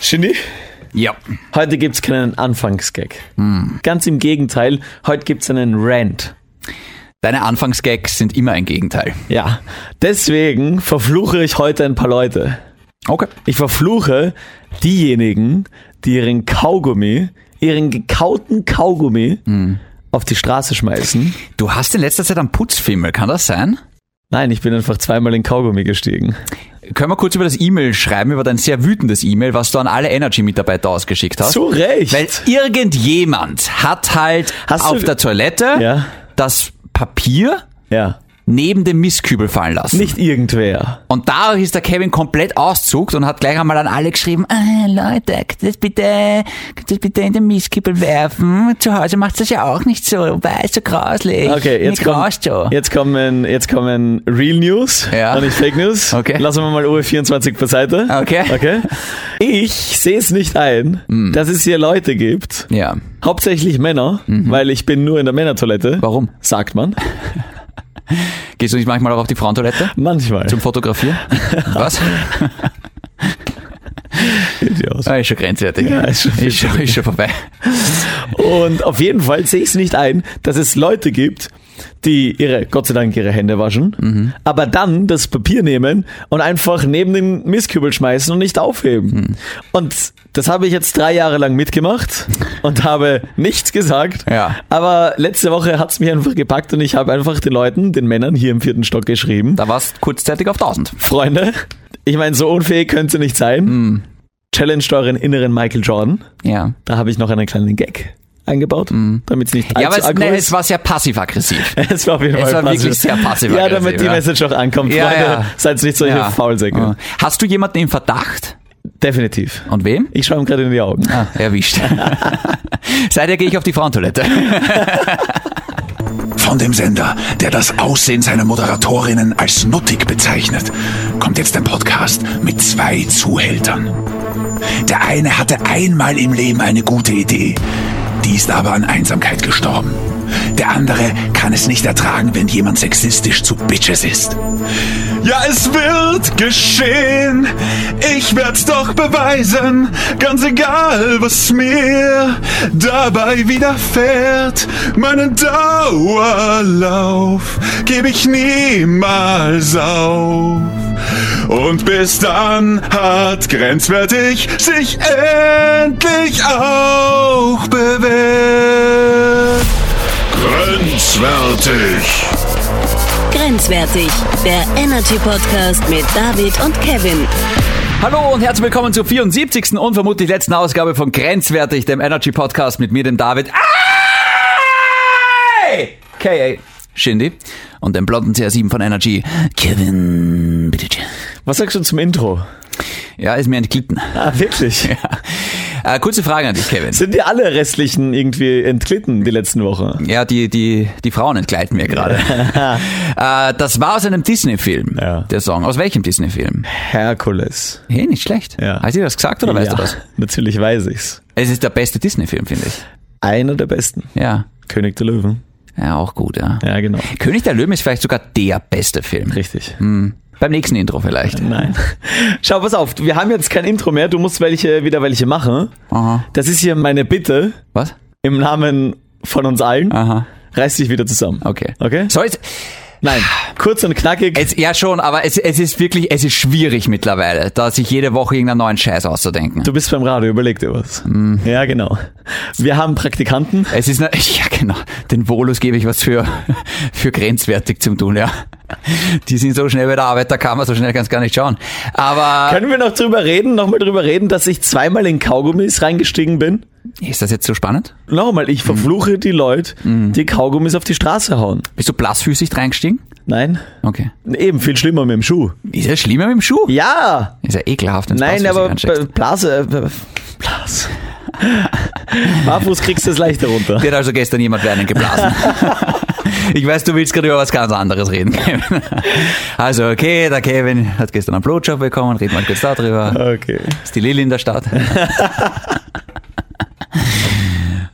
Genie? Ja. Heute gibt's keinen Anfangsgag. Ganz im Gegenteil, heute gibt's einen Rant. Deine Anfangsgags sind immer ein Gegenteil. Ja, deswegen verfluche ich heute ein paar Leute. Okay. Ich verfluche diejenigen, die ihren Kaugummi, ihren gekauten Kaugummi auf die Straße schmeißen. Du hast in letzter Zeit einen Putzfimmel, kann das sein? Nein, ich bin einfach zweimal in Kaugummi gestiegen. Können wir kurz über das E-Mail schreiben, über dein sehr wütendes E-Mail, was du an alle Energy-Mitarbeiter ausgeschickt hast? Zu Recht. Weil irgendjemand hat halt Hast du- auf der Toilette Ja. das Papier ja, neben dem Mistkübel fallen lassen. nicht irgendwer. Und dadurch ist der Kevin komplett auszuckt und hat gleich einmal an alle geschrieben, äh, Leute, könnt ihr das bitte, könnt ihr das bitte in den Mistkübel werfen? Zu Hause macht das ja auch nicht so, weiß so grauslich. Okay, jetzt, Mir kommen, graust schon. jetzt, kommen, jetzt kommen Real News Ja. und nicht Fake News. Okay. Lassen wir mal OE24 beiseite. Okay. Hm. okay. Ich sehe es nicht ein, dass es hier Leute gibt, Ja. hauptsächlich Männer, weil ich bin nur in der Männertoilette. Mhm. Warum? Sagt man. Gehst du nicht manchmal auch auf die Frauentoilette? Manchmal. Zum Fotografieren? Was? Idiot. Ah, ist schon grenzwertig. Ja, ist schon ist schon, ist schon vorbei. Und auf jeden Fall sehe ich es nicht ein, dass es Leute gibt, die ihre, Gott sei Dank, ihre Hände waschen, aber dann das Papier nehmen und einfach neben den Mistkübel schmeißen und nicht aufheben. Hm. Und das habe ich jetzt drei Jahre lang mitgemacht und habe nichts gesagt. Ja. Aber letzte Woche hat es mich einfach gepackt und ich habe einfach den Leuten, den Männern hier im vierten Stock geschrieben, Da warst kurzzeitig auf 1000. Freunde, ich meine, so unfähig könnt ihr nicht sein. Hm. Challenge euren inneren Michael Jordan. Ja. Da habe ich noch einen kleinen Gag eingebaut, damit es nicht allzu Mhm. Ja, aber es, aggro nee, ist. es war sehr passiv-aggressiv. Es war auf jeden Es Fall war passiv. wirklich sehr passiv Ja, damit die ja. Message auch ankommt. Ja, Freunde, ja. seid nicht solche Ja. Faulsäcke. Ja. Hast du jemanden im Verdacht? Definitiv. Und wem? Ich schaue ihm gerade in die Augen. Ah, erwischt. Seither gehe ich auf die Frauentoilette. Von dem Sender, der das Aussehen seiner Moderatorinnen als nuttig bezeichnet, kommt jetzt ein Podcast mit zwei Zuhältern. Der eine hatte einmal im Leben eine gute Idee, die ist aber an Einsamkeit gestorben. Der andere kann es nicht ertragen, wenn jemand sexistisch zu Bitches ist. Ja, es wird geschehen. Ich werd's doch beweisen. Ganz egal, was mir dabei widerfährt. Meinen Dauerlauf gebe ich niemals auf. Und bis dann hat grenzwertig sich endlich auch bewährt. Grenzwertig. Grenzwertig, der Energy Podcast mit David und Kevin. Hallo und herzlich willkommen zur 74. und vermutlich letzten Ausgabe von Grenzwertig, dem Energy Podcast mit mir, dem David. K.A. Shindy und dem blonden CR7 von Energy, Kevin. Bitte. Was sagst du zum Intro? Ja, ist mir entglitten. Ah, wirklich? Äh, kurze Frage an dich, Kevin. Sind dir alle restlichen irgendwie entglitten die letzten Wochen? Ja, die, die, die Frauen entgleiten mir gerade. äh, das war aus einem Disney-Film, Ja. der Song. Aus welchem Disney-film? Herkules. Hey, nicht schlecht. Ja. Hast du dir das gesagt oder weißt ja, du das? Natürlich weiß ich's. Es ist der beste Disney-Film, finde ich. Einer der besten. Ja. König der Löwen. Ja, auch gut, ja. Ja, genau. König der Löwen ist vielleicht sogar der beste Film. Richtig. Hm. Beim nächsten Intro vielleicht. Nein. Schau, pass auf, wir haben jetzt kein Intro mehr, du musst welche wieder welche machen. Aha. Das ist hier meine Bitte Was? im Namen von uns allen. Aha. Reiß dich wieder zusammen. Ah. Okay. Okay? So, jetzt, Nein, kurz und knackig. jetzt, ja schon, aber es, es ist wirklich, es ist schwierig mittlerweile, da sich jede Woche irgendeinen neuen Scheiß auszudenken. Du bist beim Radio, überleg dir was. Ja, genau. Wir haben Praktikanten. Es ist, ne- ja genau, den Volus gebe ich was für, für grenzwertig zum tun, ja. Die sind so schnell bei der Arbeit, da kann man so schnell ganz gar nicht schauen. Aber Können wir noch drüber reden, nochmal drüber reden, dass ich zweimal in Kaugummis reingestiegen bin? ist das jetzt so spannend? Nochmal, ich verfluche die Leute, die Kaugummis auf die Straße hauen. Bist du blassfüßig reingestiegen? Nein, Okay. eben viel schlimmer mit dem Schuh. Ist ja schlimmer mit dem Schuh? Ja, Ist ja ekelhaft, wenn nein, aber Bla- Blase, äh, Bla- Blase. Barfuß kriegst du es leichter runter. Dir hat also gestern jemand Wernen geblasen. Ich weiß, du willst gerade über was ganz anderes reden, Kevin. Also, okay, der Kevin hat gestern einen Blutjob bekommen, reden wir kurz darüber. Okay, Ist die Lilly in der Stadt?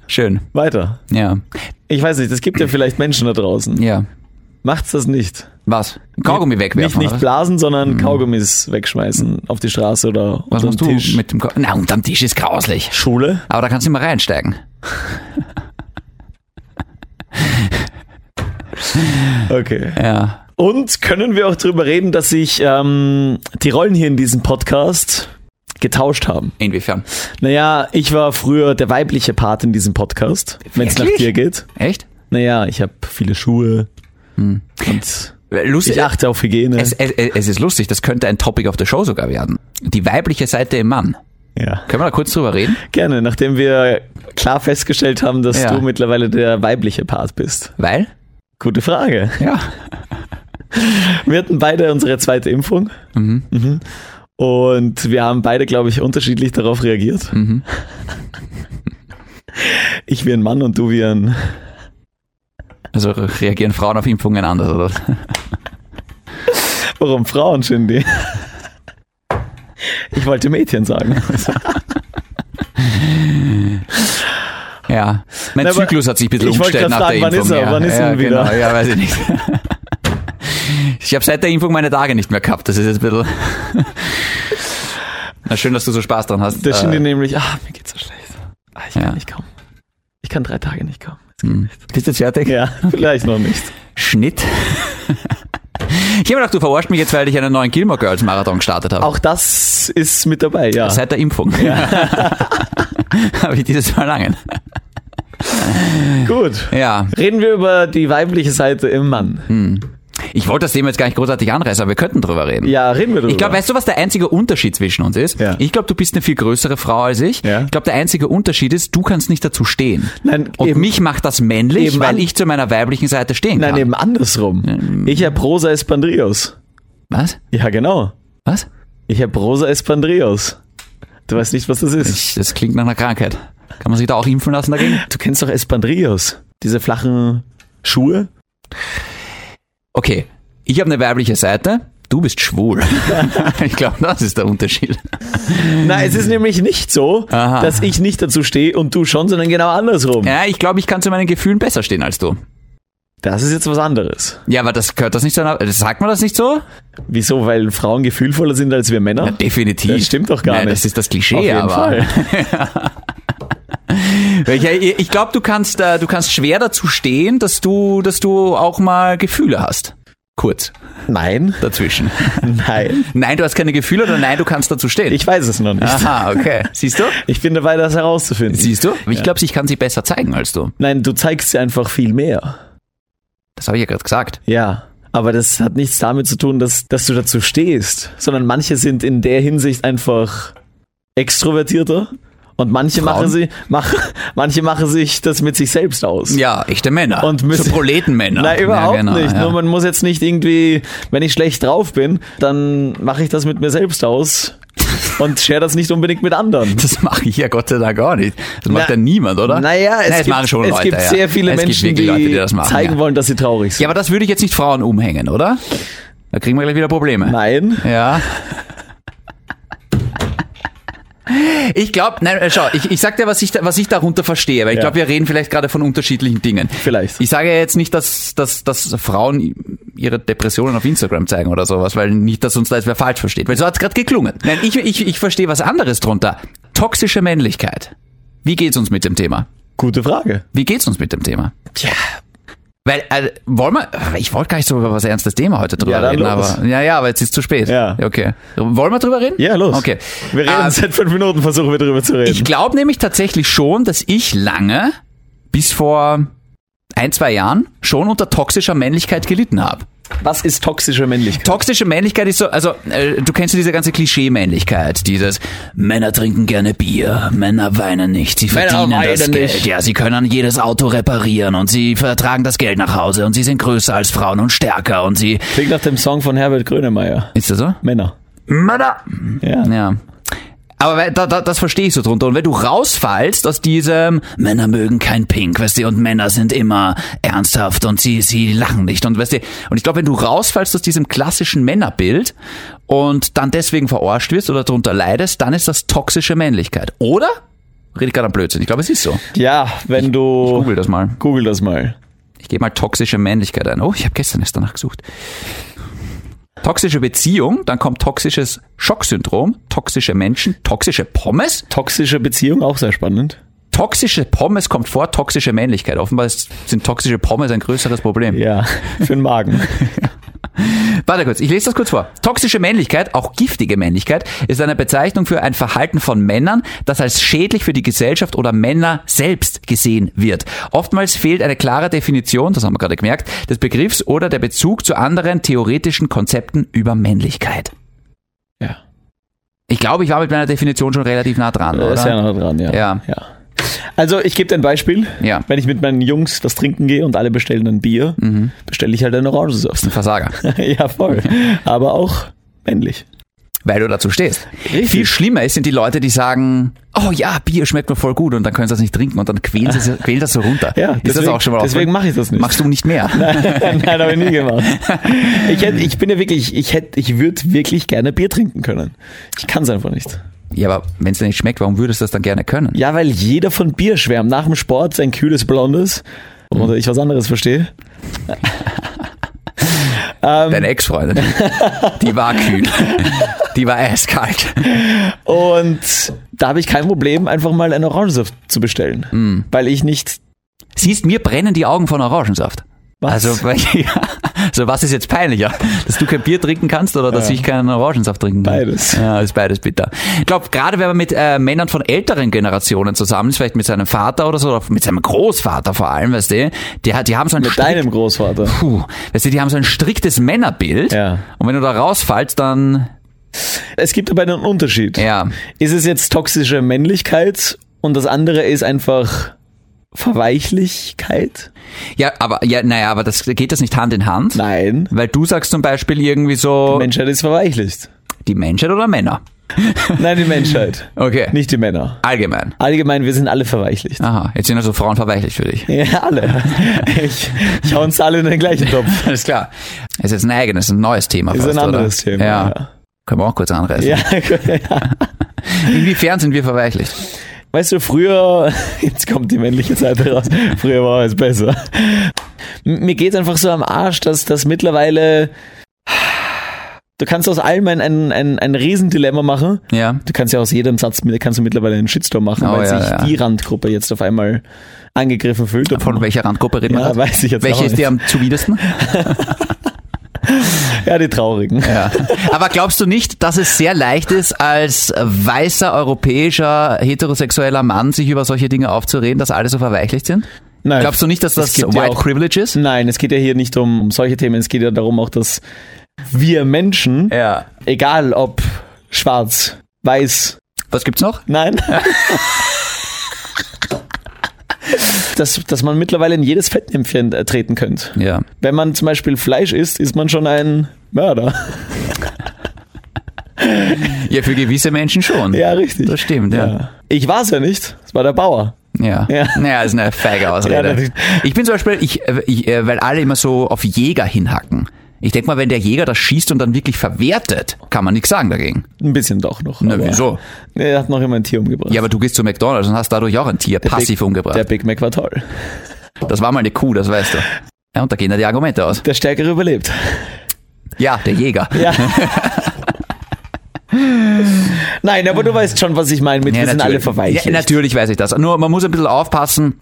Schön, weiter. ja. Ich weiß nicht, es gibt ja vielleicht Menschen da draußen. Ja. Macht's das nicht. Was? Kaugummi Nicht, wegwerfen? nicht oder was? Mhm. blasen, sondern Kaugummis wegschmeißen auf die Straße oder was unterm machst du Tisch. mit dem Kaugummi? Na, unterm Tisch ist grauslich. Schule? Aber da kannst du immer reinsteigen. Okay. Ja. Und können wir auch drüber reden, dass sich ähm, die Rollen hier in diesem Podcast getauscht haben? Inwiefern? Naja, ich war früher der weibliche Part in diesem Podcast, wenn es nach Wirklich? dir geht. Echt? Naja, ich habe viele Schuhe und Äh, Lustig. ich achte auf Hygiene. Hm. es, es, es ist lustig, das könnte ein Topic of the Show sogar werden. Die weibliche Seite im Mann. ja. Können wir da kurz drüber reden? Gerne, nachdem wir klar festgestellt haben, dass Ja. du mittlerweile der weibliche Part bist. Weil? Gute Frage. Ja. Wir hatten beide unsere zweite Impfung. Mhm. Und wir haben beide, glaube ich, unterschiedlich darauf reagiert. Ich wie ein Mann und du wie ein. Also reagieren Frauen auf Impfungen anders, oder? Warum Frauen, Shindy? Ich wollte Mädchen sagen. Ja. Mein Na, aber Zyklus hat sich ein bisschen ich wollte umgestellt nach grad der fragen, wann Impfung. ist er? ja. Wann ist ja, er wieder? Genau, ja, weiß ich nicht. Ich habe seit der Impfung meine Tage nicht mehr gehabt. Das ist jetzt ein bisschen. Na schön, dass du so Spaß dran hast. Der Shindy äh, nämlich, ah, mir geht's so schlecht. Ah, ich kann Ja. Hm. nicht kommen. Ich kann drei Tage nicht kommen. bist du jetzt fertig? Ja, vielleicht noch nicht. Schnitt. Ich habe gedacht, du verarschst mich jetzt, weil ich einen neuen Gilmore Girls Marathon gestartet habe. Auch das ist mit dabei, ja. Seit der Impfung. habe ich dieses Verlangen. Gut. Ja. Reden wir über die weibliche Seite im Mann. Ich wollte das Thema jetzt gar nicht großartig anreißen, aber wir könnten drüber reden. Ja, reden wir darüber. Ich glaube, weißt du, was der einzige Unterschied zwischen uns ist? Ja. Ich glaube, du bist eine viel größere Frau als ich. Ja. Ich glaube, der einzige Unterschied ist, du kannst nicht dazu stehen. Nein, Und eben- mich macht das männlich, eben an- weil ich zu meiner weiblichen Seite stehen Nein, kann. eben andersrum. Ich habe rosa Espandrios. Was? Ja, genau. Was? Ich habe rosa Espandrios. Du weißt nicht, was das ist. Ich, das klingt nach einer Krankheit. Kann man sich da auch impfen lassen dagegen? Du kennst doch Espandrios. Diese flachen Schuhe. Okay. Ich habe eine weibliche Seite. Du bist schwul. ich glaube, das ist der Unterschied. Nein, es ist nämlich nicht so, Aha. dass ich nicht dazu stehe und du schon, sondern genau andersrum. Ja, ich glaube, ich kann zu meinen Gefühlen besser stehen als du. Das ist jetzt was anderes. Ja, aber das gehört das nicht so. einer- Sagt man das nicht so? Wieso? Weil Frauen gefühlvoller sind als wir Männer? Ja, definitiv. Das stimmt doch gar Nein, nicht. Das ist das Klischee, Auf jeden aber. Fall. Ich, ich glaube, du kannst, äh, du kannst schwer dazu stehen, dass du, dass du auch mal Gefühle hast. Kurz Nein, dazwischen. nein. Nein, du hast keine Gefühle oder nein, du kannst dazu stehen. Ich weiß es noch nicht. Aha, okay. Siehst du? Ich bin dabei, das herauszufinden. Siehst du? Aber Ich glaube, ich kann sie besser zeigen als du. Nein, du zeigst sie einfach viel mehr. Das habe ich ja gerade gesagt. Ja. Aber das hat nichts damit zu tun, dass, dass du dazu stehst, sondern manche sind in der Hinsicht einfach extrovertierter und manche Frauen? machen, sie, mach, manche machen sich das mit sich selbst aus. Ja, echte Männer. Und so müssen- Proletenmänner. Nein, überhaupt ja, genau, nicht. Ja. Nur man muss jetzt nicht irgendwie, wenn ich schlecht drauf bin, dann mache ich das mit mir selbst aus und share das nicht unbedingt mit anderen. das mache ich ja Gott sei Dank gar nicht. Das macht Na- ja niemand, oder? Naja, es, Nein, das gibt, machen schon es Leute, gibt ja. sehr viele es Menschen, gibt wirklich Leute, die das machen, zeigen ja. wollen, dass sie traurig sind. Ja, aber das würde ich jetzt nicht Frauen umhängen, oder? Da kriegen wir gleich wieder Probleme. Nein. Ja. Ich glaube, nein, äh, schau, ich, ich sag dir, was ich, da- was ich darunter verstehe, weil ich Ja. glaube, wir reden vielleicht gerade von unterschiedlichen Dingen. Vielleicht. Ich sage ja jetzt nicht, dass, dass, dass Frauen ihre Depressionen auf Instagram zeigen oder sowas, weil nicht, dass uns da jetzt wer falsch versteht, weil so hat's grad gerade geklungen. Nein, ich, ich, ich verstehe was anderes drunter. Toxische Männlichkeit. Wie geht's uns mit dem Thema? Gute Frage. Wie geht's uns mit dem Thema? Tja. Weil, äh, wollen wir, ich wollte gar nicht so über was ernstes Thema heute drüber Ja, dann reden, los. aber, ja, ja, aber jetzt ist zu spät. Ja. Okay. Wollen wir drüber reden? Ja, los. Okay. Wir reden Ähm, seit fünf Minuten, versuchen wir drüber zu reden. ich glaube nämlich tatsächlich schon, dass ich lange, bis vor ein, zwei Jahren, schon unter toxischer Männlichkeit gelitten habe. Was ist toxische Männlichkeit? Toxische Männlichkeit ist so, also äh, du kennst ja diese ganze Klischee-Männlichkeit, dieses Männer trinken gerne Bier, Männer weinen nicht, sie Männer verdienen das weinen Geld, nicht. ja, sie können jedes Auto reparieren und sie vertragen das Geld nach Hause und sie sind größer als Frauen und stärker und sie... Klingt nach dem Song von Herbert Grönemeyer. Ist das so? Männer. Mörder! Ja. Ja. Aber we- da, da, das verstehe ich so drunter. Und wenn du rausfallst aus diesem Männer mögen kein Pink, weißt du, und Männer sind immer ernsthaft und sie, sie lachen nicht und weißt du, und ich glaube, wenn du rausfallst aus diesem klassischen Männerbild und dann deswegen verarscht wirst oder drunter leidest, dann ist das toxische Männlichkeit. Oder? Rede ich gerade am Blödsinn. Ich glaube, es ist so. Ja, wenn du. Google das mal. Google das mal. Ich gebe mal toxische Männlichkeit ein. Oh, ich habe gestern erst danach gesucht. Toxische Beziehung, dann kommt toxisches Schocksyndrom, toxische Menschen, toxische Pommes. Toxische Beziehung, auch sehr spannend. Toxische Pommes kommt vor toxische Männlichkeit. Offenbar ist- sind toxische Pommes ein größeres Problem. Ja, für den Magen. Warte kurz, ich lese das kurz vor. Toxische Männlichkeit, auch giftige Männlichkeit, ist eine Bezeichnung für ein Verhalten von Männern, das als schädlich für die Gesellschaft oder Männer selbst gesehen wird. Oftmals fehlt eine klare Definition, das haben wir gerade gemerkt, des Begriffs oder der Bezug zu anderen theoretischen Konzepten über Männlichkeit. Ja. Ich glaube, ich war mit meiner Definition schon relativ nah dran, Da oder? ist ja noch dran, ja. Ja. Also ich gebe dir ein Beispiel. Ja. Wenn ich mit meinen Jungs was trinken gehe und alle bestellen ein Bier, Mhm. bestelle ich halt einen Orangensaft. Ein Versager. ja, voll. Mhm. Aber auch männlich. Weil du dazu stehst. Richtig. Viel schlimmer ist, sind die Leute, die sagen, oh ja, Bier schmeckt mir voll gut und dann können sie das nicht trinken und dann quälen sie quälen das so runter. Ah. Ja, ist das deswegen- auch schon mal deswegen aufgefallen? mache ich das nicht. Machst du nicht mehr. Nein, habe ich nie gemacht. Ich, hätte, ich bin ja wirklich, ich hätte, ich würde wirklich gerne Bier trinken können. Ich kann es einfach nicht. Ja, aber wenn es dir nicht schmeckt, warum würdest du das dann gerne können? Ja, weil jeder von Bier schwärmt. Nach dem Sport sein kühles Blondes. Mhm. Oder ich was anderes verstehe. ähm. Deine Ex-Freundin, die war kühl. Die war eiskalt. Und da habe ich kein Problem, einfach mal einen Orangensaft zu bestellen. Mhm. Weil ich nicht. Siehst, mir brennen die Augen von Orangensaft. Was? Also, weil- ja, also was ist jetzt peinlicher? Dass du kein Bier trinken kannst oder dass ich keinen Orangensaft trinken kann? Beides. Ja, ist beides bitter. Ich glaube, gerade wenn man mit äh, Männern von älteren Generationen zusammen ist, vielleicht mit seinem Vater oder so, oder mit seinem Großvater vor allem, weißt du, die, hat- die haben so ein mit strikt- deinem Großvater. Puh, weißt du, die haben so ein striktes Männerbild. Ja. Und wenn du da rausfallst, dann, Es gibt aber einen Unterschied. ja, Ist es jetzt toxische Männlichkeit und das andere ist einfach Verweichlichkeit? Ja, aber ja, naja, aber das geht das nicht Hand in Hand? Nein. Weil du sagst zum Beispiel irgendwie so Menschheit ist verweichlicht. die Menschheit oder Männer? Nein, die Menschheit. Okay. Nicht die Männer. Allgemein. Allgemein, wir sind alle verweichlicht. Aha, jetzt sind also Frauen verweichlicht für dich. Ja, alle. Ich, ich hau uns alle in den gleichen Topf. Alles klar. Ist jetzt ein eigenes, ein neues Thema. Ist fast, ein anderes oder? Thema. Ja. Können wir auch kurz anreißen. Ja. ja. Inwiefern sind wir verweichlicht? Weißt du, früher, jetzt kommt die männliche Seite raus, früher war es besser. M- Mir geht's einfach so am Arsch, dass das mittlerweile. Du kannst aus allem ein, ein, ein, ein Riesendilemma machen. Ja. Du kannst ja aus jedem Satz kannst du mittlerweile einen Shitstorm machen, Oh, weil ja, sich ja. die Randgruppe jetzt auf einmal angegriffen fühlt. Von welcher Randgruppe reden wir? ja, gerade? weiß ich jetzt auch Welche ist nicht. dir am zuwidersten? Ja, die Traurigen. Ja. Aber glaubst du nicht, dass es sehr leicht ist, als weißer europäischer heterosexueller Mann sich über solche Dinge aufzureden, dass alle so verweichlicht sind? Nein. Glaubst du nicht, dass das Es gibt White ja auch- Privilege ist? Nein, es geht ja hier nicht um, um solche Themen, es geht ja darum auch, dass wir Menschen, Ja. egal ob schwarz, weiß, Was gibt's noch? nein. Dass, dass man mittlerweile in jedes Fettnäpfchen äh, treten könnte. Ja. Wenn man zum Beispiel Fleisch isst, ist man schon ein Mörder. Ja, für gewisse Menschen schon. Ja, richtig. Das stimmt, ja. Ich war es ja nicht, es war der Bauer. Ja. Ja. Naja, ist eine feige Ja, Ausrede. natürlich. ich bin zum Beispiel, ich, äh, ich, äh, weil alle immer so auf Jäger hinhacken. Ich denke mal, wenn der Jäger das schießt und dann wirklich verwertet, kann man nichts sagen dagegen. Ein bisschen doch noch. Na, aber- wieso? Er hat noch immer ein Tier umgebracht. Ja, aber du gehst zu McDonalds und hast dadurch auch ein Tier passiv Big, Der umgebracht. Big Mac war toll. Das war mal eine Kuh, das weißt du. Ja, und da gehen ja die Argumente aus. Der Stärkere überlebt. Ja, der Jäger. Ja. Nein, aber du weißt schon, was ich meine mit, Ah. Ja, wir sind alle natürlich. verweichlicht. Ja, natürlich weiß ich das. Nur man muss ein bisschen aufpassen,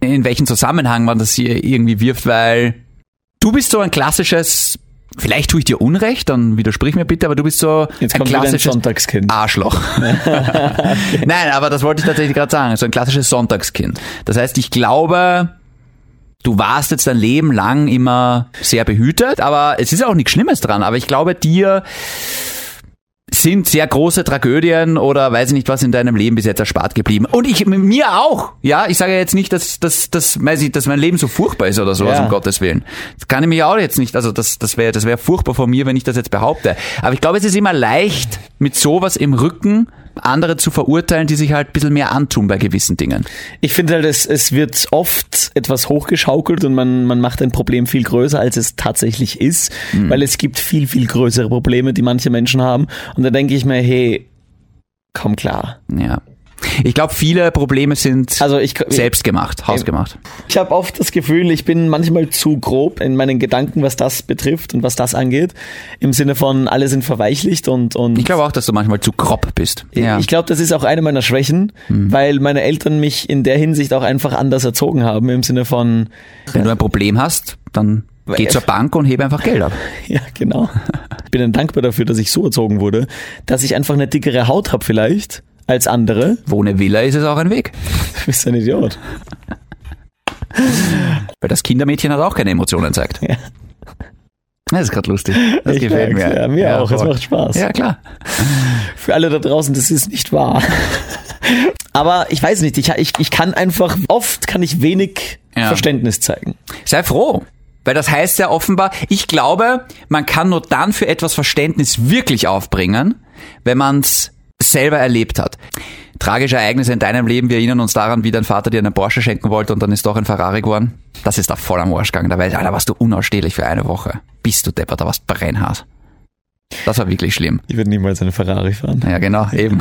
in welchen Zusammenhang man das hier irgendwie wirft, weil du bist so ein klassisches, vielleicht tue ich dir Unrecht, dann widersprich mir bitte, aber du bist so Jetzt ein kommt wieder ein klassisches Ah. Sonntagskind. Arschloch. Nein, aber das wollte ich tatsächlich gerade sagen. So ein klassisches Sonntagskind. Das heißt, ich glaube, du warst jetzt dein Leben lang immer sehr behütet, aber es ist auch nichts Schlimmes dran. Aber ich glaube, dir sind sehr große Tragödien oder weiß ich nicht was in deinem Leben bis jetzt erspart geblieben. Und ich, mir auch. Ja, ich sage ja jetzt nicht, dass, dass, dass, weiß ich, dass mein Leben so furchtbar ist oder sowas, Ja. um Gottes Willen. Das kann ich mich auch jetzt nicht, also das, das wäre das wäre furchtbar von mir, wenn ich das jetzt behaupte. Aber ich glaube, es ist immer leicht, mit sowas im Rücken andere zu verurteilen, die sich halt ein bisschen mehr antun bei gewissen Dingen. Ich finde halt, es, es wird oft etwas hochgeschaukelt und man, man macht ein Problem viel größer, als es tatsächlich ist, Mhm. weil es gibt viel, viel größere Probleme, die manche Menschen haben. Und da denke ich mir, hey, komm klar. Ja. Ich glaube, viele Probleme sind Also ich- selbst gemacht, hausgemacht. Ich habe oft das Gefühl, ich bin manchmal zu grob in meinen Gedanken, was das betrifft und was das angeht. Im Sinne von, alle sind verweichlicht und, und Ich glaube auch, dass du manchmal zu grob bist. Ja. Mhm. Ich glaube, das ist auch eine meiner Schwächen, weil meine Eltern mich in der Hinsicht auch einfach anders erzogen haben, im Sinne von, Wenn du ein Problem hast, dann geh zur Bank und hebe einfach Geld ab. ja, genau. Ich bin dann dankbar dafür, dass ich so erzogen wurde, dass ich einfach eine dickere Haut habe vielleicht als andere. Wo eine Villa ist, ist auch ein Weg. Du bist ein Idiot. Weil das Kindermädchen hat auch keine Emotionen zeigt. Ja. Das ist gerade lustig. Das Ich gefällt merk's, mir. ja, mir auch. Es voll. macht Spaß. Ja, klar. Für alle da draußen, das ist nicht wahr. Aber ich weiß nicht, ich, ich, ich kann einfach, oft kann ich wenig Ja. Verständnis zeigen. Sei froh. Weil das heißt ja offenbar, ich glaube, man kann nur dann für etwas Verständnis wirklich aufbringen, wenn man es selber erlebt hat. Tragische Ereignisse in deinem Leben, wir erinnern uns daran, wie dein Vater dir einen Porsche schenken wollte und dann ist doch ein Ferrari geworden. Das ist da voll am Arsch gegangen. Da, weiß, Alter, warst du unausstehlich für eine Woche. Bist du deppert, da warst du brennhart. Das war wirklich schlimm. Ich würde niemals eine Ferrari fahren. Ja, genau, eben.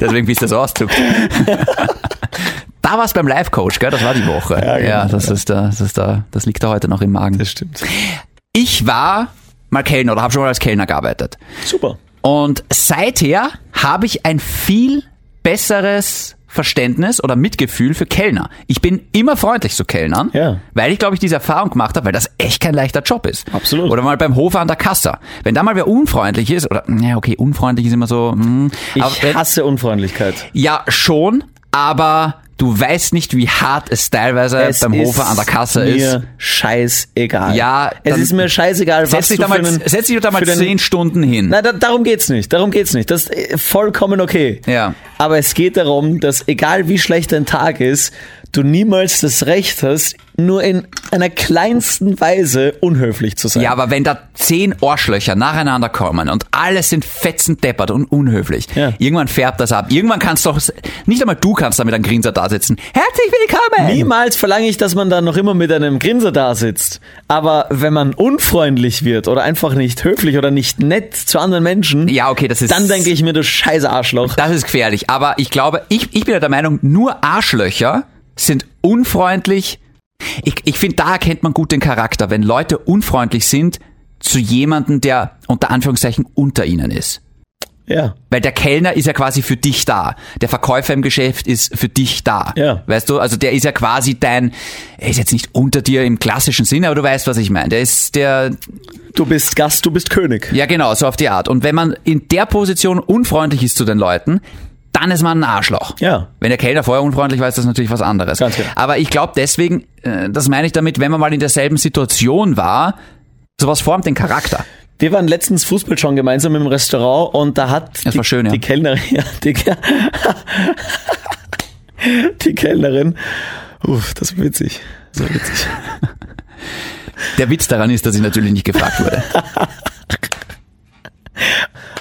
Deswegen bist du so auszuckt. Da war's beim Life Coach, gell? Das war die Woche. Ja, genau. das ist da, das ist da, das liegt da heute noch im Magen. Das stimmt. Ich war mal Kellner oder habe schon mal als Kellner gearbeitet. Super. Und seither habe ich ein viel besseres Verständnis oder Mitgefühl für Kellner. Ich bin immer freundlich zu Kellnern, Ja. weil ich, glaube ich, diese Erfahrung gemacht habe, weil das echt kein leichter Job ist. Absolut. Oder mal beim Hof an der Kasse. Wenn da mal wer unfreundlich ist, oder, ja, okay, unfreundlich ist immer so, mm, aber Ich wenn- hasse Unfreundlichkeit. ja, schon, aber du weißt nicht, wie hart es teilweise Es beim ist Hofer an der Kasse mir ist. scheißegal. Ja, es dann ist mir scheißegal, was Setz dich, du da für mal, einen, setz dich da mal für den- zehn Stunden hin. Na, da, darum geht's nicht. Darum geht's nicht. Das ist äh, vollkommen okay. Ja. Aber es geht darum, dass egal wie schlecht dein Tag ist, du niemals das Recht hast, nur in einer kleinsten Weise unhöflich zu sein. Ja, aber wenn da zehn Arschlöcher nacheinander kommen und alle sind fetzend deppert und unhöflich, Ja. irgendwann färbt das ab. Irgendwann kannst doch, nicht einmal du kannst da mit einem Grinser da sitzen. Herzlich willkommen! Niemals verlange ich, dass man dann noch immer mit einem Grinser da sitzt. Aber wenn man unfreundlich wird oder einfach nicht höflich oder nicht nett zu anderen Menschen, Ja, okay, das ist, dann denke ich mir, du scheiße Arschloch. das ist gefährlich. Aber ich glaube, ich, ich bin ja der Meinung, nur Arschlöcher sind unfreundlich. Ich, ich finde, da erkennt man gut den Charakter, wenn Leute unfreundlich sind zu jemandem, der unter Anführungszeichen unter ihnen ist. Ja. Weil der Kellner ist ja quasi für dich da. Der Verkäufer im Geschäft ist für dich da. Ja. Weißt du, also der ist ja quasi dein, er ist jetzt nicht unter dir im klassischen Sinne, aber du weißt, was ich meine. Der ist der, Du bist Gast, du bist König. ja genau, so auf die Art. Und wenn man in der Position unfreundlich ist zu den Leuten, dann ist man ein Arschloch. Ja. Wenn der Kellner vorher unfreundlich war, ist das natürlich was anderes. Ganz genau. Aber ich glaube deswegen, äh, das meine ich damit, wenn man mal in derselben Situation war, sowas formt den Charakter. Wir waren letztens Fußball schon gemeinsam im Restaurant und da hat Das die, war schön, ja. die Kellnerin, ja, die, die Kellnerin, uff, das war witzig, so witzig. Der Witz daran ist, dass ich natürlich nicht gefragt wurde.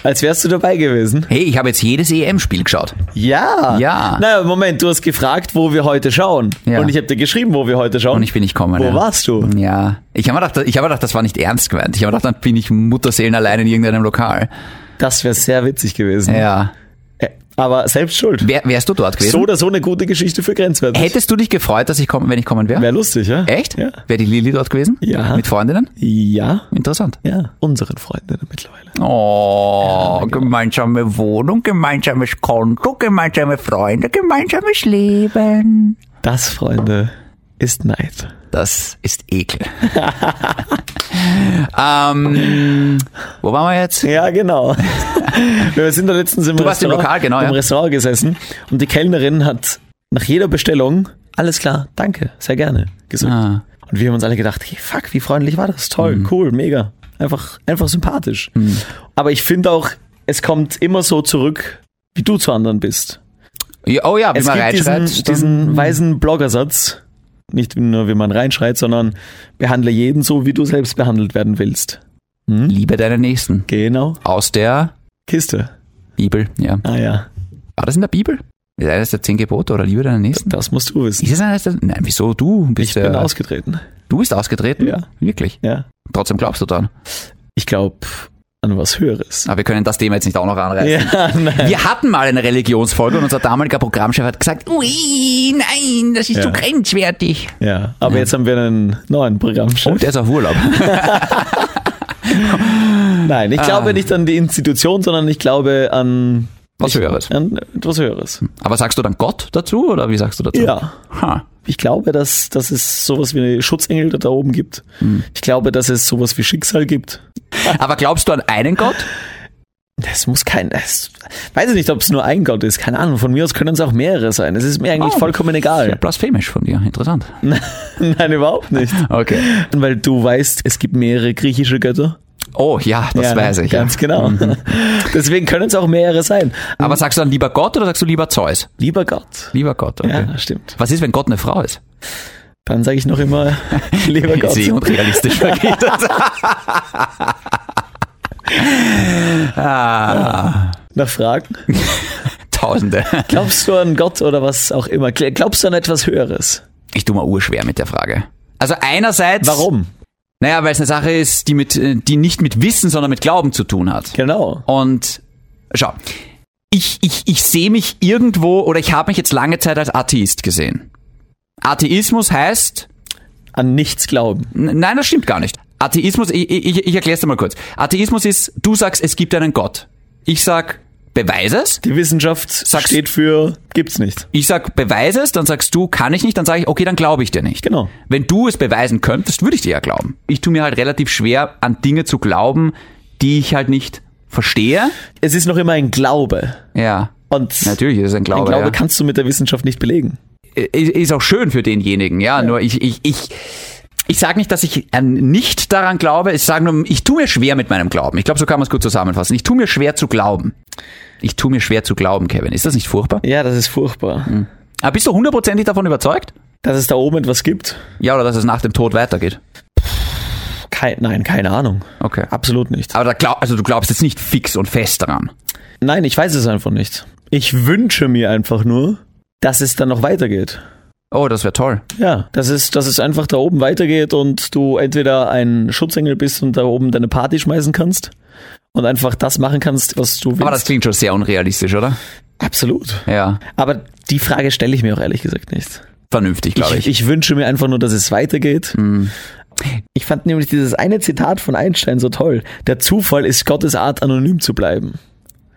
Als wärst du dabei gewesen. Hey, ich habe jetzt jedes EM-Spiel geschaut. Ja. Ja. Naja, Moment, du hast gefragt, wo wir heute schauen. Ja. Und ich habe dir geschrieben, wo wir heute schauen. Und ich bin nicht gekommen. Wo ja. Mhm. warst du? Ja. Ich habe mir gedacht, ich habe mir gedacht, das war nicht ernst gemeint. Ich habe mir gedacht, dann bin ich Mutterseelen allein in irgendeinem Lokal. Das wäre sehr witzig gewesen. Ja. Äh, Aber selbst schuld. Wär, wärst du dort gewesen? So oder so eine gute Geschichte für Grenzwerte. Hättest du dich gefreut, dass ich kommen, wenn ich kommen wäre? Wäre lustig, ja? Echt? Ja. Wäre die Lili dort gewesen? Ja. Mit Freundinnen? Ja. Interessant. Ja. Unseren Freunden mittlerweile. Oh, gemeinsame Wohnung, gemeinsames Konto, gemeinsame Freunde, gemeinsames Leben. Das, Freunde, ist Neid. Das ist Ekel. ähm, wo waren wir jetzt? Ja, genau. Wir sind da letztens im, Du warst im Restaurant, Lokal, genau, im ja. Restaurant gesessen und die Kellnerin hat nach jeder Bestellung alles klar, danke, sehr gerne gesagt. Ah. Mhm. Und wir haben uns alle gedacht, hey, fuck, wie freundlich war das? Toll, cool, mega. Einfach, einfach sympathisch. Aber ich finde auch, es kommt immer so zurück, wie du zu anderen bist. Ja, oh ja, wie Es man gibt diesen, reinschreit. dann- diesen weisen Bloggersatz, nicht nur wie man reinschreit, sondern behandle jeden so, wie du selbst behandelt werden willst. Hm? Liebe deinen Nächsten. Genau, Aus der Kiste. Bibel, ja. Ah ja, War das in der Bibel? Ist eines der zehn Gebote oder Liebe deinen Nächsten? das musst du wissen. Ist es eines der. Nein, wieso? Du bist Ich bin äh, ausgetreten. Du bist ausgetreten? Ja. Wirklich. Ja. Trotzdem glaubst du dran. Ich glaube an was Höheres. Aber wir können das Thema jetzt nicht auch noch anreißen. Ja, nein. Wir hatten mal eine Religionsfolge und unser damaliger Programmchef hat gesagt, ui, nein, das ist Ja. zu grenzwertig. Ja, aber jetzt haben wir einen neuen Programmchef. Und er ist auf Urlaub. Nein, ich glaube nicht an die Institution, sondern ich glaube an Was Höheres. An etwas Höheres. Aber sagst du dann Gott dazu oder wie sagst du dazu? Ja. Ha. Ich glaube, dass, dass es sowas wie eine Schutzengel da oben gibt. Ich glaube, dass es sowas wie Schicksal gibt. Aber glaubst du an einen Gott? Es muss kein. Es, weiß ich nicht, ob es nur ein Gott ist. Keine Ahnung. Von mir aus können es auch mehrere sein. Es ist mir eigentlich Oh. vollkommen Sehr egal. blasphemisch von dir, interessant. Nein, überhaupt nicht. Okay. Weil du weißt, es gibt mehrere griechische Götter. Oh ja, das Ja, weiß ich. Ganz ja. Mhm. genau. Deswegen können es auch mehrere sein. Aber sagst du dann lieber Gott oder sagst du lieber Zeus? Lieber Gott. Lieber Gott, okay. Ja, stimmt. Was ist, wenn Gott eine Frau ist? Dann sage ich noch immer, lieber Gott. Sehr unrealistisch vergeht das. ah, Nach Fragen. Tausende. Glaubst du an Gott oder was auch immer? Gl- Glaubst du an etwas Höheres? Ich tu mir urschwer mit der Frage. Also einerseits... Warum? Naja, weil es eine Sache ist, die, mit, äh, die nicht mit Wissen, sondern mit Glauben zu tun hat. Genau. Und schau, ich, ich, ich sehe mich irgendwo oder ich habe mich jetzt lange Zeit als Atheist gesehen. Atheismus heißt, An nichts glauben. n- nein, das stimmt gar nicht. Atheismus, ich, ich, ich erkläre es dir mal kurz. Atheismus ist, du sagst, es gibt einen Gott. Ich sag, beweise es. Die Wissenschaft Sagst- steht für gibt's nicht. Ich sag, beweise es, dann sagst du, kann ich nicht, dann sage ich, okay, dann glaube ich dir nicht. Genau. Wenn du es beweisen könntest, würde ich dir ja glauben. Ich tue mir halt relativ schwer, an Dinge zu glauben, die ich halt nicht verstehe. Es ist noch immer ein Glaube. Ja. Und Natürlich ist es ein Glaube. ein Glaube ja. kannst du mit der Wissenschaft nicht belegen. ist ist auch schön für denjenigen, ja. Nur ich, ich, ich, ich sage nicht, dass ich an- nicht daran glaube. Ich sage nur, ich tue mir schwer mit meinem Glauben. Ich glaube, so kann man es gut zusammenfassen. Ich tue mir schwer zu glauben. Ich tue mir schwer zu glauben, Kevin. Ist das nicht furchtbar? Ja, das ist furchtbar. Mhm. Aber bist du hundertprozentig davon überzeugt? Dass es da oben etwas gibt? Ja, oder dass es nach dem Tod weitergeht? Kein, nein, keine Ahnung. Okay. Absolut nicht. Aber da glaub, also du glaubst jetzt nicht fix und fest daran. Nein, ich weiß es einfach nicht. Ich wünsche mir einfach nur, dass es dann noch weitergeht. Oh, das wäre toll. Ja, dass es, dass es einfach da oben weitergeht und du entweder ein Schutzengel bist und da oben deine Party schmeißen kannst und einfach das machen kannst, was du willst. Aber das klingt schon sehr unrealistisch, oder? Absolut. Ja. Aber die Frage stelle ich mir auch ehrlich gesagt nicht. Vernünftig, glaube ich. Mhm. Ich wünsche mir einfach nur, dass es weitergeht. Ich fand nämlich dieses eine Zitat von Einstein so toll. Der Zufall ist Gottes Art, anonym zu bleiben.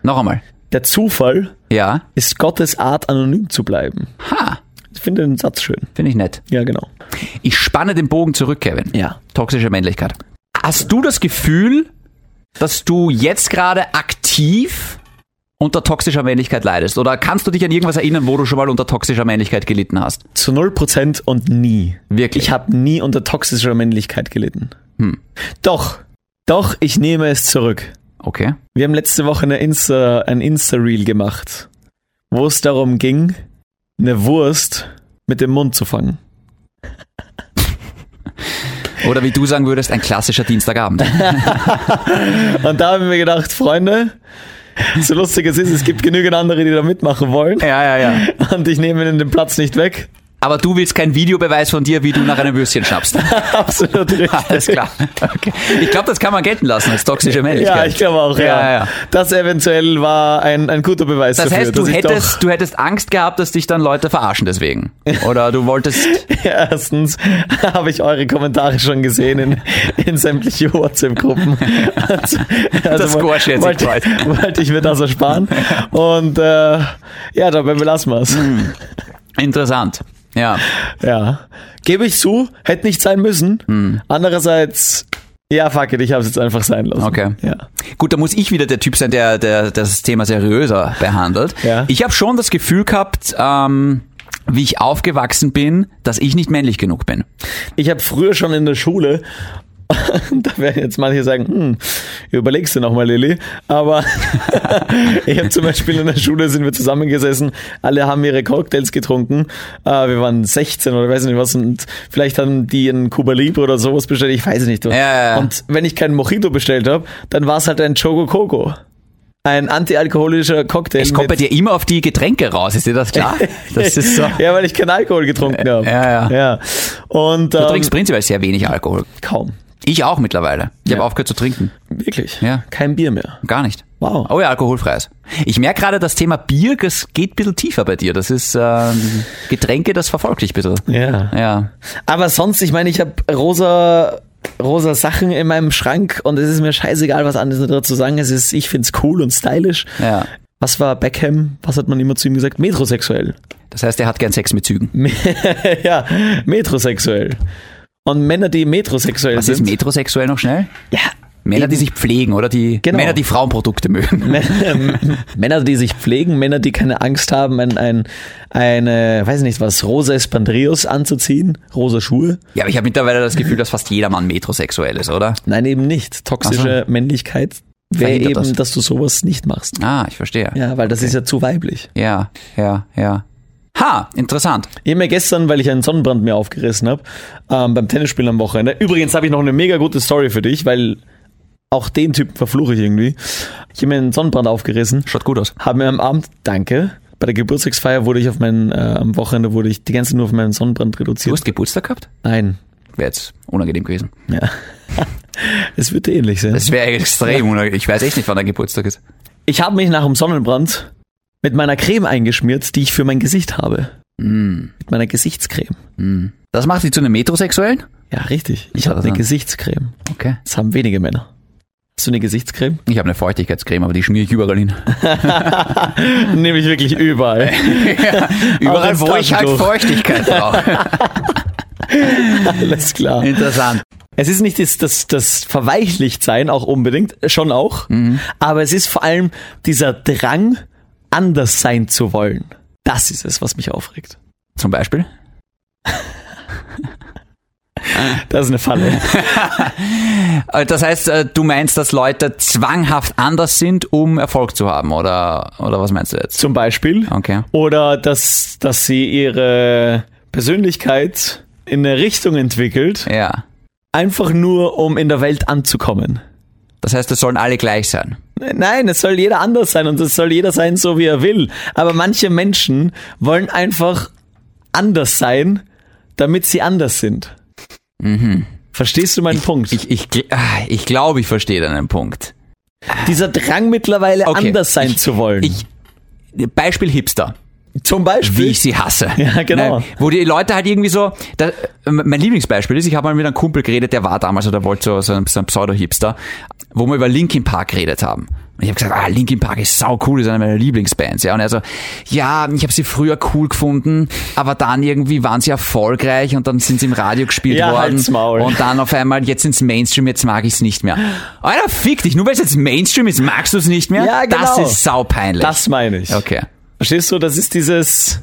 Noch einmal. Der Zufall Ja. ist Gottes Art, anonym zu bleiben. Ha. Ich finde den Satz schön. Finde ich nett. Ja, genau. Ich spanne den Bogen zurück, Kevin. Ja. Toxische Männlichkeit. Hast du das Gefühl, dass du jetzt gerade aktiv unter toxischer Männlichkeit leidest? Oder kannst du dich an irgendwas erinnern, wo du schon mal unter toxischer Männlichkeit gelitten hast? Zu 0% und nie. Wirklich? Ich habe nie unter toxischer Männlichkeit gelitten. Hm. Doch, doch, ich nehme es zurück. Okay. Wir haben letzte Woche eine Insta, ein Insta-Reel gemacht, wo es darum ging, eine Wurst mit dem Mund zu fangen. Oder wie du sagen würdest, ein klassischer Dienstagabend. Und da haben wir gedacht, Freunde, so lustig es ist, es gibt genügend andere, die da mitmachen wollen. ja, ja. Und ich nehme ihnen den Platz nicht weg. Aber du willst keinen Videobeweis von dir, wie du nach einem Würstchen schnappst. Absolut richtig. Alles klar. Okay. Ich glaube, das kann man gelten lassen als toxische Männlichkeit. Ja, ich glaube auch, ja. Ja, ja. Das eventuell war ein, ein guter Beweis Das dafür. heißt, du dass ich hättest, du hättest Angst gehabt, dass dich dann Leute verarschen deswegen. Oder du wolltest Erstens habe ich eure Kommentare schon gesehen in, in sämtliche WhatsApp-Gruppen. Also, Das Score schert sich wollte, breit. wollte ich mir das ersparen. Und äh, ja, dabei belassen wir es. Hm. Interessant. Ja. Ja. Gebe ich zu, hätte nicht sein müssen. Hm. Andererseits, ja, fuck it, ich habe es jetzt einfach sein lassen. Okay. Ja. Gut, da muss ich wieder der Typ sein, der, der das Thema seriöser behandelt. Ja. Ich habe schon das Gefühl gehabt, ähm, wie ich aufgewachsen bin, dass ich nicht männlich genug bin. Ich habe früher schon in der Schule, da werden jetzt manche sagen, hm, überlegst du nochmal, Lilly. Aber ich habe zum Beispiel in der Schule sind wir zusammengesessen, alle haben ihre Cocktails getrunken. Äh, wir waren 16 oder weiß nicht was und vielleicht haben die einen Cuba Libre oder sowas bestellt, ich weiß es nicht. ja, ja. Und wenn ich keinen Mojito bestellt habe, dann war es halt ein Choco Coco. Ein antialkoholischer Cocktail. Es kommt bei mit- dir immer auf die Getränke raus, ist dir das klar? Das ist so. Äh, ja, weil ich keinen Alkohol getrunken habe. ja, ja. ja. Und ähm, Du trinkst prinzipiell sehr wenig Alkohol. kaum. Ich auch mittlerweile. Ich habe aufgehört zu trinken. Wirklich? Ja. Kein Bier mehr. Gar nicht. Wow. Oh ja, alkoholfreies. Ich merke gerade, das Thema Bier, das geht ein bisschen tiefer bei dir. Das ist ähm, Getränke, das verfolgt dich ein bisschen. Ja. Ja. Aber sonst, ich meine, ich habe rosa, rosa Sachen in meinem Schrank und es ist mir scheißegal, was anderes dazu sagen. Es ist, ich find's cool und stylisch. Ja. Was war Beckham? Was hat man immer zu ihm gesagt? Metrosexuell. Das heißt, er hat gern Sex mit Zügen. ja, metrosexuell. Und Männer, die metrosexuell Was ist sind. metrosexuell noch schnell? ja. Männer, die eben- sich pflegen, oder? Die Genau. Männer, die Frauenprodukte mögen. Männer, die sich pflegen, Männer, die keine Angst haben, ein, ein, eine, weiß nicht was, rosa Espandrios anzuziehen, rosa Schuhe. Ja, aber ich habe mittlerweile das Gefühl, dass fast jeder Mann metrosexuell ist, oder? Nein, eben nicht. Toxische Männlichkeit wäre Verhindert eben, das. dass du sowas nicht machst. Ah, ich verstehe. Ja, weil das ist ja zu weiblich. ja, ja. ja. Ha, interessant. Ich habe mir gestern, weil ich einen Sonnenbrand mir aufgerissen habe, ähm, beim Tennisspielen am Wochenende. Übrigens habe ich noch eine mega gute Story für dich, weil auch den Typen verfluche ich irgendwie. Ich habe mir einen Sonnenbrand aufgerissen. Schaut gut aus. Haben wir am Abend, danke. Bei der Geburtstagsfeier wurde ich auf meinen, äh, am Wochenende wurde ich die ganze Zeit nur auf meinen Sonnenbrand Du reduziert. hast Geburtstag gehabt? Nein. Wäre jetzt unangenehm gewesen. Ja. es wird dir ähnlich sein. Das wäre extrem unangenehm. Ich weiß echt nicht, wann dein Geburtstag ist. Ich habe mich nach dem Sonnenbrand mit meiner Creme eingeschmiert, die ich für mein Gesicht habe. Mit meiner Gesichtscreme. Das macht sie zu einem Metrosexuellen? Ja, richtig. Ich Ja, habe das eine ist- Gesichtscreme. Okay. Das haben wenige Männer. Hast du eine Gesichtscreme? Ich habe eine Feuchtigkeitscreme, aber die schmiere ich überall hin. Nehme ich wirklich überall. Überall, ins wo ich halt Taschentuch. Feuchtigkeit brauche. Alles klar. Interessant. Es ist nicht das, das, das Verweichlichtsein auch unbedingt, schon auch, aber es ist vor allem dieser Drang, anders sein zu wollen. Das ist es, was mich aufregt. Zum Beispiel? Das ist eine Falle. Äh, Das heißt, äh, du meinst, dass Leute zwanghaft anders sind, um Erfolg zu haben, oder, oder was meinst du jetzt? Zum Beispiel. Okay. Oder dass, dass sie ihre Persönlichkeit in eine Richtung entwickelt, Ja. einfach nur um in der Welt anzukommen. Das heißt, es sollen alle gleich sein. Nein, es soll jeder anders sein und es soll jeder sein, so wie er will. Aber manche Menschen wollen einfach anders sein, damit sie anders sind. Verstehst du meinen Punkt? Mhm. Ich, ich, gl- ah, ich glaube, ich verstehe deinen Punkt. Dieser Drang mittlerweile Okay. anders sein zu wollen. Ich, Beispiel Hipster. Zum Beispiel. wie ich sie hasse. Ja, genau. Ne, wo die Leute halt irgendwie so, da, mein Lieblingsbeispiel ist, ich habe mal mit einem Kumpel geredet, der war damals oder wollte so, so ein, so ein Pseudo-Hipster, wo wir über Linkin Park geredet haben. Und ich habe gesagt, ah, Linkin Park ist sau cool, ist eine meiner Lieblingsbands. Ja, und er so, ja, ich habe sie früher cool gefunden, aber dann irgendwie waren sie erfolgreich und dann sind sie im Radio gespielt Ja, worden. halt's Maul. Und dann auf einmal, jetzt ins Mainstream, jetzt mag ich es nicht mehr. Alter, fick dich, nur weil es jetzt Mainstream ist, magst du es nicht mehr? Ja, Das genau. ist saupeinlich. das meine ich. okay. Verstehst du? Das ist dieses,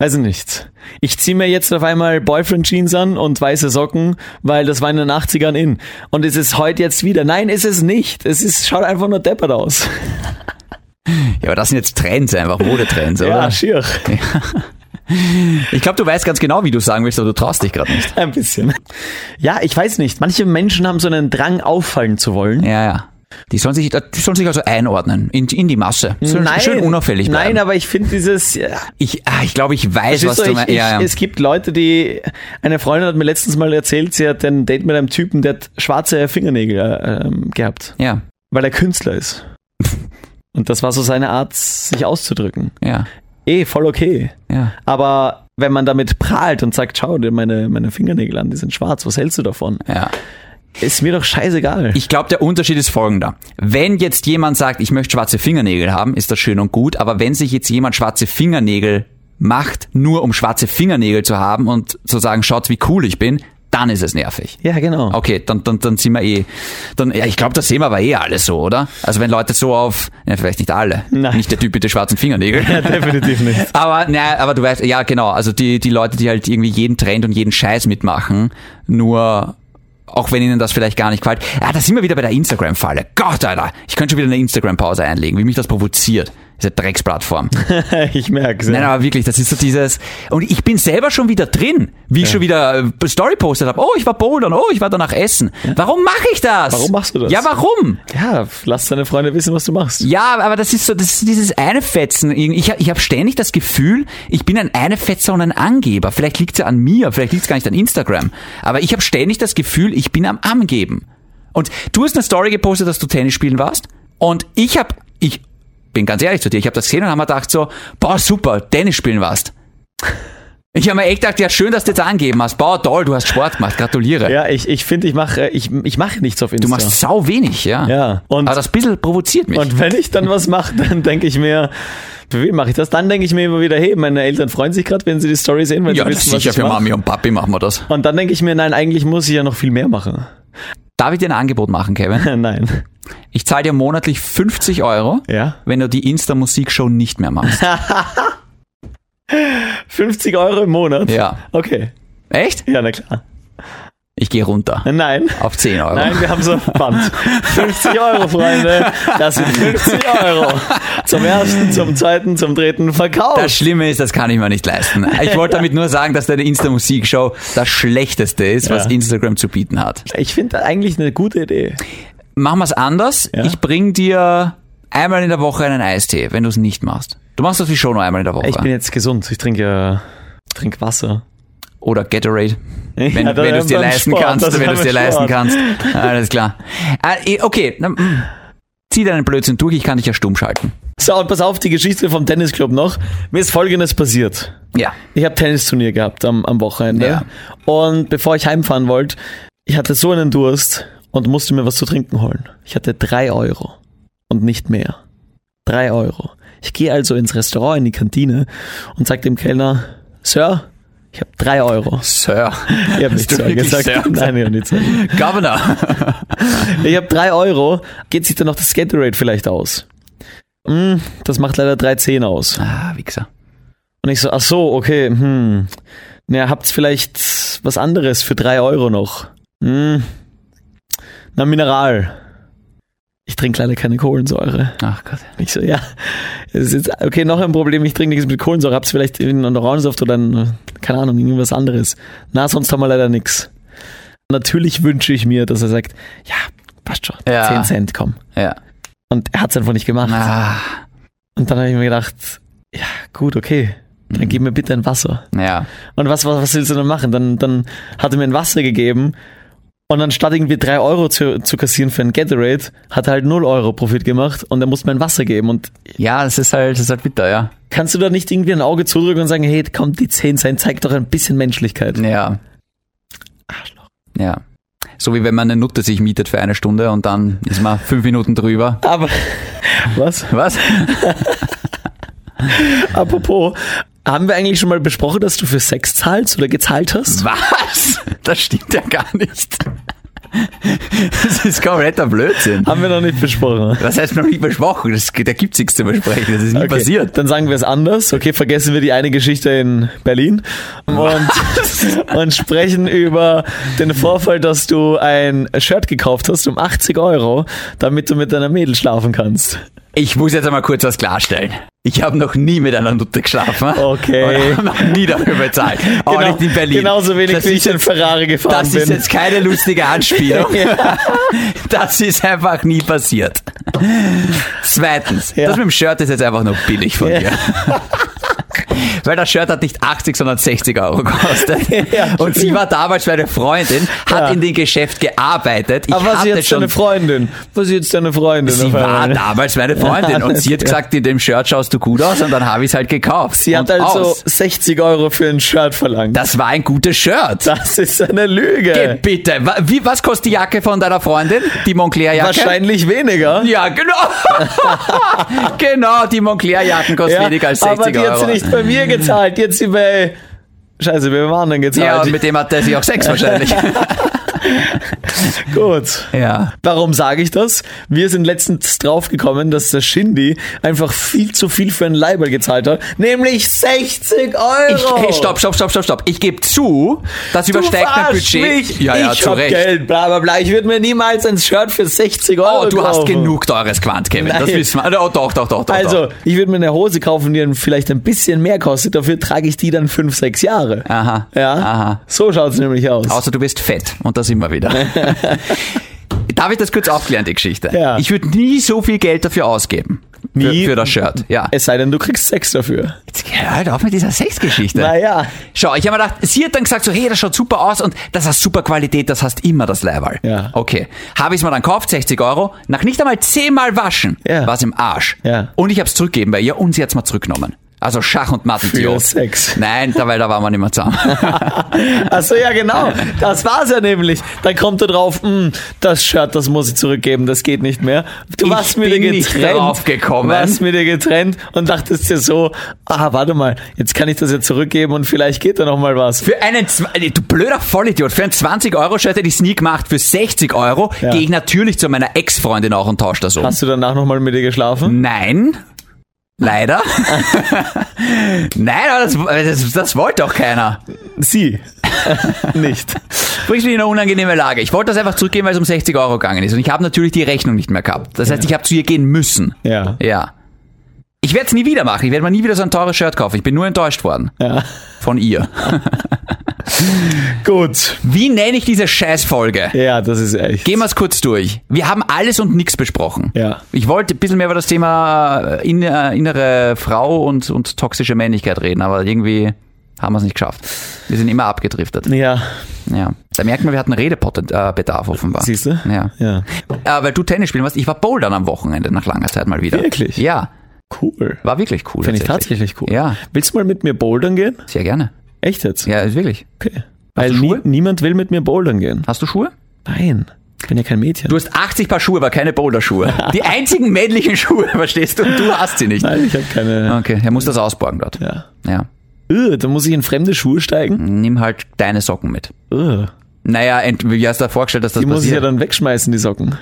weiß ich nicht. Ich ziehe mir jetzt auf einmal Boyfriend Jeans an und weiße Socken, weil das war in den 80ern in. Und es ist heute jetzt wieder. Nein, ist es nicht. Es ist, schaut einfach nur deppert aus. Ja, aber das sind jetzt Trends einfach, Modetrends, oder? Ja, schier. Ich glaube, du weißt ganz genau, wie du sagen willst, aber du traust dich gerade nicht. Ein bisschen. Ja, ich weiß nicht. Manche Menschen haben so einen Drang, auffallen zu wollen. Ja, ja. Die sollen sich, die sollen sich also einordnen in, in die Masse. Sollen schön unauffällig bleiben. Nein, aber ich finde dieses. Ja, ich, ah, ich glaube, ich weiß, was Verstehst du du, ich, meinst. ich, Ja, ja. Es gibt Leute, die. Eine Freundin hat mir letztens mal erzählt, sie hat ein Date mit einem Typen, der hat schwarze Fingernägel äh, ähm, gehabt, ja, weil er Künstler ist. Und das war so seine Art, sich auszudrücken. ja, Eh, voll okay. ja. Aber wenn man damit prahlt und sagt, schau dir meine, meine Fingernägel an, die sind schwarz, was hältst du davon? ja. Ist mir doch scheißegal. Ich glaube, der Unterschied ist folgender. Wenn jetzt jemand sagt, ich möchte schwarze Fingernägel haben, ist das schön und gut, aber wenn sich jetzt jemand schwarze Fingernägel macht, nur um schwarze Fingernägel zu haben und zu sagen, schaut, wie cool ich bin, dann ist es nervig. ja, genau. Okay, dann, dann, dann sind wir eh. Dann, ja, ich glaube, das sehen wir aber eh alles so, oder? Also wenn Leute so auf, ja, vielleicht nicht alle, Nein. nicht der Typ mit den schwarzen Fingernägeln. Definitiv nicht. aber na, aber du weißt, ja genau, also die, die Leute, die halt irgendwie jeden Trend und jeden Scheiß mitmachen, nur auch wenn ihnen das vielleicht gar nicht Ah, gefällt. Ja, da sind wir wieder bei der Instagram-Falle. Gott, Alter, ich könnte schon wieder eine Instagram-Pause einlegen, wie mich das provoziert. Diese Drecksplattform. ich merke es. Nein, aber wirklich, das ist so dieses. Und ich bin selber schon wieder drin, wie ich schon wieder äh, Story postet habe. Oh, ich war bouldern, oh, ich war danach essen. Warum mache ich das? Warum machst du das? Ja, warum? Ja, lass deine Freunde wissen, was du machst. Ja, aber das ist so, das ist dieses Einefetzen. Ich, ich habe ständig das Gefühl, ich bin ein Einefetzer und ein Angeber. Vielleicht liegt's ja an mir, vielleicht liegt's gar nicht an Instagram. Aber ich habe ständig das Gefühl, ich bin am Angeben. Und du hast eine Story gepostet, dass du Tennis spielen warst. Und ich habe, ich bin ganz ehrlich zu dir, ich habe das gesehen und habe mir gedacht so, boah, super, Tennis spielen warst. Ich habe mir echt gedacht, ja, schön, dass du jetzt angeben hast. Boah, toll, du hast Sport gemacht, gratuliere. Ja, ich ich, finde, ich mache ich, ich mache nichts auf Insta. Du machst Also sau wenig, ja. Ja, und- aber das bisschen provoziert mich. Und wenn ich dann was mache, dann denke ich mir, für wen mache ich das? Dann denke ich mir immer wieder, hey, meine Eltern freuen sich gerade, wenn sie die Story sehen, wenn ja, sie das wissen, ist was sicher ich für mache. Mami und Papi machen wir das. Und dann denke ich mir, nein, eigentlich muss ich ja noch viel mehr machen. Darf ich dir ein Angebot machen, Kevin? nein. Ich zahle dir monatlich 50 Euro, Ja. wenn du die Insta-Musikshow nicht mehr machst. 50 Euro im Monat? Ja. Okay. Echt? Ja, na klar. Ich gehe runter. Nein. Auf 10 Euro. Nein, wir haben so ein Band. 50 Euro, Freunde. Das sind 50 Euro. Zum ersten, zum zweiten, zum dritten Das Verkauf. Schlimme ist, das kann ich mir nicht leisten. Ich wollte damit nur sagen, dass deine Insta-Musikshow das Schlechteste ist, was Ja. Instagram zu bieten hat. Ich finde eigentlich eine gute Idee. Machen wir es anders. Ja. Ich bring dir einmal in der Woche einen Eistee, wenn du es nicht machst. Du machst das wie Show nur einmal in der Woche. Ich bin jetzt gesund. Ich trinke, äh, trinke Wasser. Oder Gatorade. Ja, Wenn, dann- wenn du es dir dann leisten Sport, kannst, das wenn du es haben wir dir leisten Sport. kannst. Alles klar. Äh, eh, Okay, na, mm. zieh deinen Blödsinn durch, ich kann dich ja stumm schalten. So, und pass auf, die Geschichte vom Tennisclub noch. Mir ist Folgendes passiert. Ja. Ich habe Tennisturnier gehabt am, am Wochenende. Ja. Und bevor ich heimfahren wollte, ich hatte so einen Durst und musste mir was zu trinken holen. Ich hatte drei Euro und nicht mehr. Drei Euro. Ich gehe also ins Restaurant, in die Kantine und sage dem Kellner, Sir, ich habe drei Euro. Sir. Ich habe nicht du Sir wirklich gesagt. Sir gesagt? Nein, ich habe nicht Sir. Governor. Ich habe 3 Euro. Geht sich dann noch das Gatorade vielleicht aus? Hm, das macht leider 3,10 aus. Ah, Wichser. Und ich so, ach so, okay, hm. Na, habt's vielleicht was anderes für 3 Euro noch? Hm. Na, Mineral. Ich trinke leider keine Kohlensäure. Ach Gott. Und ich so, ja. Es ist jetzt, okay, noch ein Problem, ich trinke nichts mit Kohlensäure. Habt's vielleicht einen Orangensaft oder einen, keine Ahnung, irgendwas anderes. Na, sonst haben wir leider nichts. Natürlich wünsche ich mir, dass er sagt, ja, passt schon, Ja. 10 Cent, komm. Ja. Und er hat es einfach nicht gemacht. Ah, Und dann habe ich mir gedacht, ja, gut, okay, Mhm. dann gib mir bitte ein Wasser. ja. Und was, was, was willst du denn machen? Dann, dann hat er mir ein Wasser gegeben und anstatt irgendwie drei Euro zu, zu kassieren für ein Gatorade, hat er halt null Euro Profit gemacht und er musste mir ein Wasser geben. Und Ja, das ist halt, das ist halt bitter, ja. kannst du da nicht irgendwie ein Auge zudrücken und sagen, hey, komm, die 10 sein, zeig doch ein bisschen Menschlichkeit. Ja. Arschloch. Ja. So wie wenn man eine Nutte sich mietet für eine Stunde und dann ist man fünf Minuten drüber. Aber, was? Was? Apropos, haben wir eigentlich schon mal besprochen, dass du für Sex zahlst oder gezahlt hast? Was? Das stimmt ja gar nicht. Das ist kompletter Blödsinn. Haben wir noch nicht besprochen. Das heißt noch nicht besprochen. Das, da gibt's nichts zu besprechen. Das ist nie Okay, passiert. Dann sagen wir es anders. Okay, vergessen wir die eine Geschichte in Berlin und, und sprechen über den Vorfall, dass du ein Shirt gekauft hast um 80 Euro, damit du mit deiner Mädel schlafen kannst. Ich muss jetzt einmal kurz was klarstellen. Ich habe noch nie mit einer Nutte geschlafen. Okay. Und hab noch nie dafür bezahlt. Aber Genau- Oh, nicht in Berlin. Genauso wenig das wie ich ist in jetzt, Ferrari gefahren Das bin. ist jetzt keine lustige Anspielung. ja, Das ist einfach nie passiert. Zweitens, Ja. das mit dem Shirt ist jetzt einfach nur billig von dir. Weil das Shirt hat nicht 80, sondern 60 Euro gekostet. Ja. Und sie war damals meine Freundin, hat Ja. in dem Geschäft gearbeitet. Ich aber was ist hatte jetzt schon deine ne Freundin? Was ist jetzt deine ne Freundin? Sie auf war einmal? damals meine Freundin und sie hat gesagt, in dem Shirt schaust du gut aus und dann habe ich es halt gekauft. Sie hat und also aus. 60 Euro für ein Shirt verlangt. Das war ein gutes Shirt. das ist eine Lüge. Geh bitte. Wa- Wie, was kostet die Jacke von deiner Freundin? Die Moncler-Jacke? Wahrscheinlich weniger. Ja, genau. genau, die Moncler-Jacken kosten Ja, weniger als aber 60 die hat Euro. sie nicht bei mir gezahlt, die hat sie bei. Scheiße, bei wem anderen gezahlt? ja, und mit dem hat der sich auch Sex wahrscheinlich. Gut. Ja. Warum sage ich das? Wir sind letztens draufgekommen, dass der Shindy einfach viel zu viel für ein Leiberl gezahlt hat, nämlich 60 Ich, Euro. hey, stopp, stopp, stopp, stopp, stopp. Ich gebe zu, das Oh. Du übersteigt mein verarschst Budget. Mich. Ja, ja, ich zu hab Recht. Geld, bla bla bla. Ich würde mir niemals ein Shirt für 60 Euro Oh, du hast kaufen. genug teures Quant, Kevin. Das Nein. wissen wir. Oh, doch, doch, doch, doch. Also, Doch. ich würde mir eine Hose kaufen, die dann vielleicht ein bisschen mehr kostet. Dafür trage ich die dann fünf, sechs Jahre. Aha. Ja. Ah. Aha. So schaut's nämlich aus. Außer du bist fett. Und das immer wieder. Darf ich das kurz aufklären, die Geschichte? Ja. Ich würde nie so viel Geld dafür ausgeben. Nie. Für, für das Shirt. Ja. es sei denn, du kriegst Sex dafür. Jetzt hör halt auf mit dieser Sexgeschichte. Naja. Schau, ich habe mir gedacht, sie hat dann gesagt so, hey, das schaut super aus und das hast super Qualität, das hast immer das Leiberl. Ja. Okay. Habe ich es mir dann gekauft, 60 Euro, nach nicht einmal 10 Mal waschen, Ja. war es im Arsch. Ja. Und ich habe es zurückgegeben bei ihr und sie hat es mir zurückgenommen. Also Schach und Matt Idiot. Sex. Nein, da, weil da waren wir nicht mehr zusammen. Achso, ja genau. Das war's ja nämlich. Dann kommt er drauf, "Hm, das Shirt, das muss ich zurückgeben, das geht nicht mehr. Du Ich warst mit dir bin nicht getrennt. draufgekommen. Warst mit dir getrennt und dachtest dir so, ah, warte mal, jetzt kann ich das ja zurückgeben und vielleicht geht da noch mal was. Für einen, Zw- also du blöder Vollidiot, für ein 20-Euro-Shirt hätte ich es nie gemacht. Für 60 Euro Ja. gehe ich natürlich zu meiner Ex-Freundin auch und tausche das um. Hast du danach noch mal mit ihr geschlafen? Nein. Leider. Nein, aber das, das, das wollte doch keiner. Sie. nicht. Bringst mich in eine unangenehme Lage. Ich wollte das einfach zurückgeben, weil es um 60 Euro gegangen ist. Und ich habe natürlich die Rechnung nicht mehr gehabt. Das heißt, ich habe zu ihr gehen müssen. Ja. Ja. Ich werde es nie wieder machen. Ich werde mir nie wieder so ein teures Shirt kaufen. Ich bin nur enttäuscht worden. Ja. Von ihr. Gut. Wie nenne ich diese Scheißfolge? Ja, das ist echt. Gehen wir es kurz durch. Wir haben alles und nichts besprochen. Ja. Ich wollte ein bisschen mehr über das Thema in, äh, innere Frau und, und toxische Männlichkeit reden, aber irgendwie haben wir es nicht geschafft. Wir sind immer abgedriftet. ja, Ja. Da merkt man, wir hatten Redebedarf offenbar. siehst du? Ja. Ja. Äh, weil du Tennis spielen warst, ich war bouldern am Wochenende nach langer Zeit mal wieder. Wirklich? Ja. Cool. War wirklich cool. Finde ich tatsächlich cool. Ja, Willst du mal mit mir bouldern gehen? sehr gerne. Echt jetzt? Ja, ist wirklich. Okay. Weil du nie, Schuhe? niemand will mit mir bouldern gehen. Hast du Schuhe? Nein, ich bin ja kein Mädchen. Du hast 80 Paar Schuhe, aber keine Boulderschuhe. Die einzigen männlichen Schuhe, verstehst du? Und du hast sie nicht. Nein, ich habe keine. Okay, er muss das ausborgen dort. Ja. Ja. Äh, da muss ich in fremde Schuhe steigen. Nimm halt deine Socken mit. Äh, Naja, ent- wie hast du dir vorgestellt, dass das die muss ich ja passiert? dann wegschmeißen, die Socken.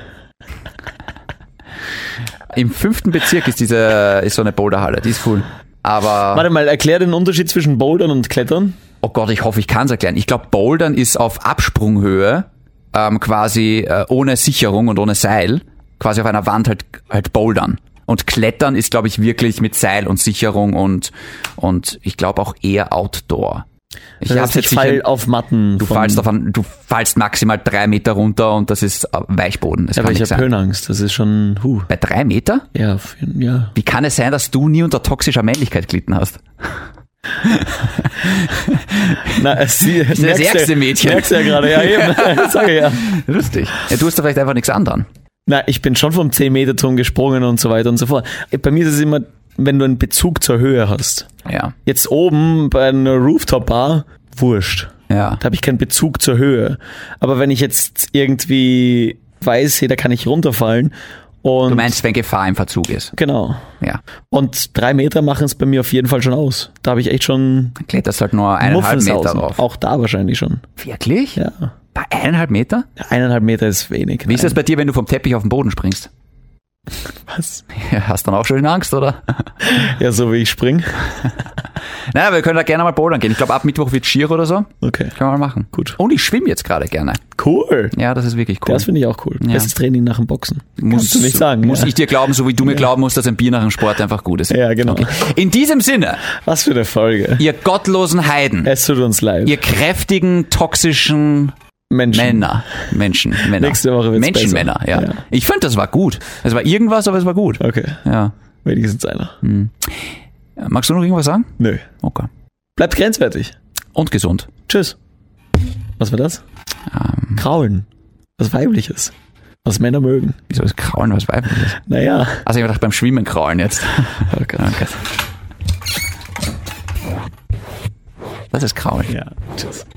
Im fünften Bezirk ist diese ist so eine Boulderhalle, die ist cool. Aber Warte mal, erklär den Unterschied zwischen Bouldern und Klettern. oh Gott, ich hoffe, ich kann es erklären. Ich glaube, Bouldern ist auf Absprunghöhe ähm, quasi äh, ohne Sicherung und ohne Seil, quasi auf einer Wand halt halt Bouldern. Und Klettern ist, glaube ich, wirklich mit Seil und Sicherung und und ich glaube auch eher Outdoor. Ich Das hab's heißt, ich fall auf Matten. Du fallst, auf einen, du fallst maximal drei Meter runter und das ist äh, Weichboden. Das Aber kann ich nicht habe sein. Höhenangst. Das ist schon. Huh. Bei drei Meter? Ja, auf jeden- ja. Wie kann es sein, dass du nie unter toxischer Männlichkeit gelitten hast? Na, es, merkst das ärgste ja, Mädchen. Merkst du ja gerade, ja eben. Sag ich ja. Lustig. Ja, du hast da vielleicht einfach nichts anderen. Na, ich bin schon vom 10-Meter-Turm gesprungen und so weiter und so fort. Bei mir ist es immer, wenn du einen Bezug zur Höhe hast. Ja. Jetzt oben bei einer Rooftop-Bar, wurscht. Ja. Da habe ich keinen Bezug zur Höhe. Aber wenn ich jetzt irgendwie weiß, hey, da kann ich runterfallen und Du meinst, wenn Gefahr im Verzug ist. genau. Ja. Und drei Meter machen es bei mir auf jeden Fall schon aus. Da habe ich echt schon Dann kletterst halt nur eineinhalb Meter Muffensausen. drauf. Auch da wahrscheinlich schon. Wirklich? Ja. Bei eineinhalb Meter? Eineinhalb Meter ist wenig. Wie ist das bei dir, wenn du vom Teppich auf den Boden springst? Was? Ja, hast dann auch schon Angst, oder? Ja, so wie ich spring. Nein, aber wir können da gerne mal bouldern gehen. Ich glaube, ab Mittwoch wird Schier oder so. Okay. Können wir mal machen. Gut. Und ich schwimme jetzt gerade gerne. Cool. Ja, das ist wirklich cool. Das finde ich auch cool. Ja. Bestes Training nach dem Boxen. Kannst du nicht sagen. Muss ja. ich dir glauben, so wie du mir glauben musst, dass ein Bier nach dem Sport einfach gut ist. Ja, genau. In diesem Sinne, Was für eine Folge. ihr gottlosen Heiden, Es tut uns leid. ihr kräftigen, toxischen Menschen. Männer. Menschen, Männer. Nächste Woche wird's Menschen, besser. Männer, ja. Ja. Ich fand, das war gut. Es war irgendwas, aber es war gut. Okay. Ja. Wenigstens einer. Hm. Magst du noch irgendwas sagen? Nö. Okay. Bleibt grenzwertig. Und gesund. Tschüss. Was war das? Ähm. Kraulen. Was Weibliches. Was Männer mögen. Wieso ist Kraulen was Weibliches? Naja. Also ich dachte beim Schwimmen kraulen jetzt. Oh Gott. Das ist Kraulen. Ja. Tschüss.